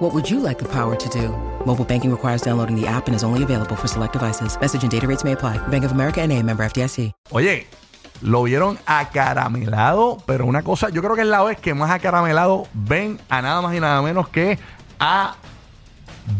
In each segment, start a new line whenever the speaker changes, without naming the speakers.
What would you like the power to do? Mobile banking requires downloading the app and is only available for select devices. Message and data rates may apply. Bank of America and a member FDIC.
Oye, lo vieron acaramelado, pero una cosa, yo creo que es la vez que más acaramelado ven a nada más y nada menos que a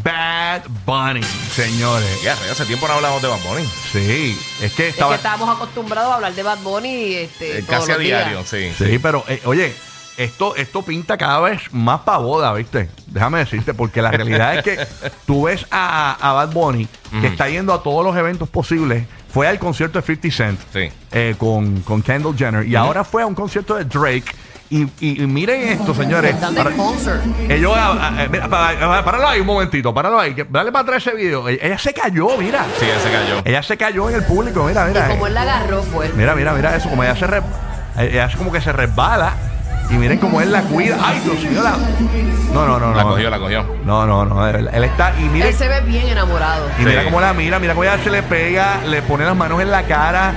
Bad Bunny, señores.
Ya, hace tiempo no hablamos de Bad Bunny.
Sí, es que
Es que
estaba...
estábamos acostumbrados a hablar de Bad Bunny este,
Eh,
todos
Casi a
los días.
diario, sí.
Sí, pero eh, oye, esto, esto pinta cada vez más pa' boda, ¿viste? Déjame decirte, porque la realidad es que tú ves a, a Bad Bunny, que está yendo a todos los eventos posibles, fue al concierto de 50 Cent
Sí.
eh, con, con Kendall Jenner, y ahora fue a un concierto de Drake. Y, y- y miren esto, señores.
Dando
Para-
el concert.
ellos, ah, ah, eh, mira, pa- pa- páralo ahí un momentito, páralo ahí. que- dale para atrás ese video. E, Ella, ella se cayó, mira.
Sí, ya se cayó.
Ella se cayó en el público, mira, mira.
Como él la agarró fue.
Mira, mira, mira eso, como ella se re- ella es como que se resbala y miren cómo él la cuida. Ay, Dios mío, la... No, no, no, no.
La cogió, la cogió.
No, no, no, de verdad. Él está y mira
Él se ve bien enamorado.
y mira
Sí.
cómo la mira, mira cómo ella se le pega, le pone las manos en la cara.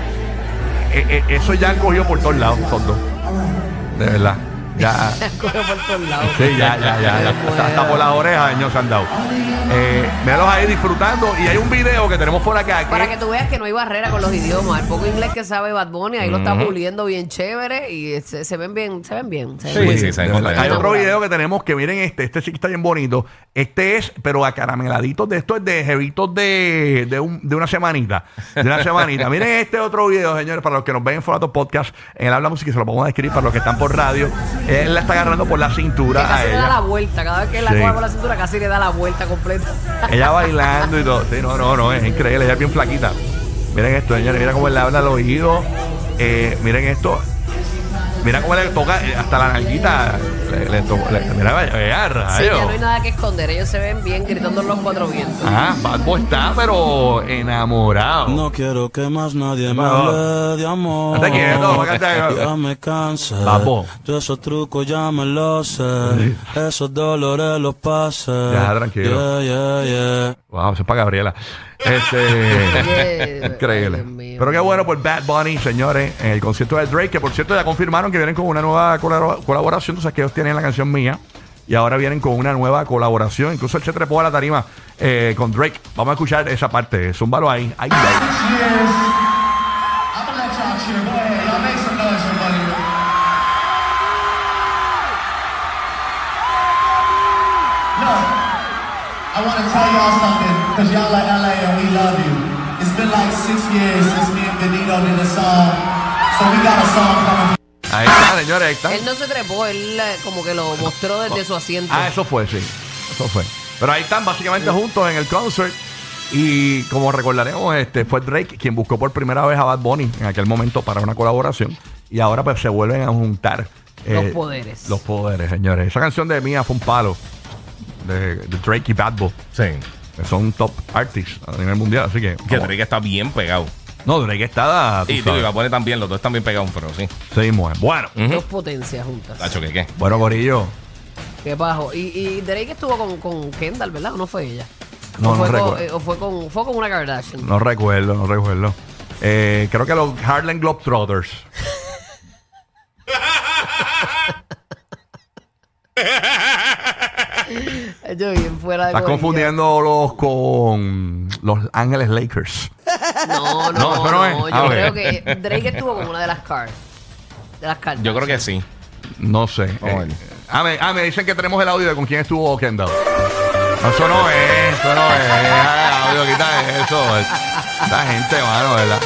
Eh, eh, eso ya han cogido por todos lados, esos dos. De verdad. Ya.
Corre por todos lados.
Sí, ya, ya, ya. ya. Hasta, hasta por las orejas, ellos se han dado. Eh, míralos ahí disfrutando. Y hay un video que tenemos por acá.
Para que tú veas que no hay barrera con los idiomas. El poco inglés que sabe Bad Bunny, ahí lo está puliendo bien chévere y se, se ven bien, se ven bien. se ven
Sí,
bien.
sí, se
de
encuentra.
verdad. Hay otro
Enamorado.
video que tenemos que miren este, este sí que está bien bonito. Este es, pero acarameladitos de esto es de jevitos de, de, un- de una semanita. De una semanita. miren este otro video, señores, para los que nos ven en formato podcast, en el habla música se lo vamos a describir para los que están por radio. Él la está agarrando por la
Que
cintura a
casi le da la
ella.
vuelta. Cada vez que él la
Sí.
coge con la cintura, casi le da la vuelta completa.
Ella bailando y todo. Sí, no, no, no, es increíble, ella es bien flaquita. Miren esto, señores, mira cómo él le habla al oído. Eh, miren esto. Mira cómo le toca eh, hasta la nalguita. Le, le tocó- le- mira, vaya, vea,
Sí,
rayos.
ya no hay nada que esconder. Ellos se ven bien gritando en los cuatro vientos.
Ah, Bad Bunny está, pero enamorado.
No quiero que más nadie me
No.
hable de amor.
Estate quieto, cállate.
Ya me cansé.
Papo.
Yo esos trucos ya me los sé. Esos dolores los pasé.
Ya, tranquilo.
Yeah, yeah, yeah.
Wow, eso es para Gabriela. Este,
Yeah.
increíble.
Ay, Dios mío.
Pero qué bueno por Bad Bunny, señores, en el concierto de Drake, que por cierto ya confirmaron que vienen con una nueva colabo- colaboración. Entonces, que ellos tienen la canción mía. Y ahora vienen con una nueva colaboración. Incluso él se trepó a la tarima eh, con Drake. Vamos a escuchar esa parte. Zúmbalo ahí. Ahí, ahí.
I'm gonna let y'all cheer. Go ahead. Y'all make some noise for Buddy. Look, I want to tell y'all something because y'all like LA and we love you. It's been like six years since me and Benito did a song, so we got a song coming.
Ahí está, señores. Ahí está.
Él no se trepó, él eh, como que lo mostró desde su asiento.
Ah, eso fue, sí. Eso fue. Pero ahí están básicamente juntos en el concert. Y como recordaremos, este fue Drake quien buscó por primera vez a Bad Bunny en aquel momento para una colaboración. Y ahora pues se vuelven a juntar. eh,
Los poderes.
Los poderes, señores. Esa canción de Mía fue un palo. De, de Drake y Bad Bunny.
Sí.
que Son top artists a nivel mundial, así que...
Que
vamos.
Drake está bien pegado.
No, Drake está... tú
Y digo,
sabes.
iba a poner también, los dos están bien pegados, pero sí.
Seguimos. Bueno,
Dos potencias juntas.
Tacho, ¿qué qué?
bueno, Corillo.
Qué bajo. Y, y Drake estuvo con, con Kendall, ¿verdad? ¿O no fue ella?
No,
o
no
fue
recuerdo.
con, eh, o fue con, fue con una Kardashian.
No recuerdo, no recuerdo. Eh, creo que los Harlem Globetrotters.
Yo bien fuera de
Estás
coherencia.
confundiéndolos con los Ángeles Lakers.
No, no,
No, eso
no.
no es.
Yo
Ah, ok.
creo que Drake estuvo con una de las cars. De las cartas.
Yo creo que sí.
No sé.
Oh,
Eh,
bueno.
ah, me, ah, me dicen que tenemos el audio de con quién estuvo Kendall. No, eso no es, eso no es. Ah, audio, quita eso. eh. Esta gente, mano, ¿verdad?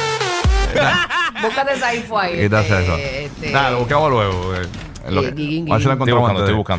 Búscate esa info ahí.
Quita
este,
eso.
este,
Nada, lo buscamos luego. eh, en lo que-
Guiguín,
a ver si lo
guiguín.
encontramos
Estoy buscando,
antes de-
estoy buscando.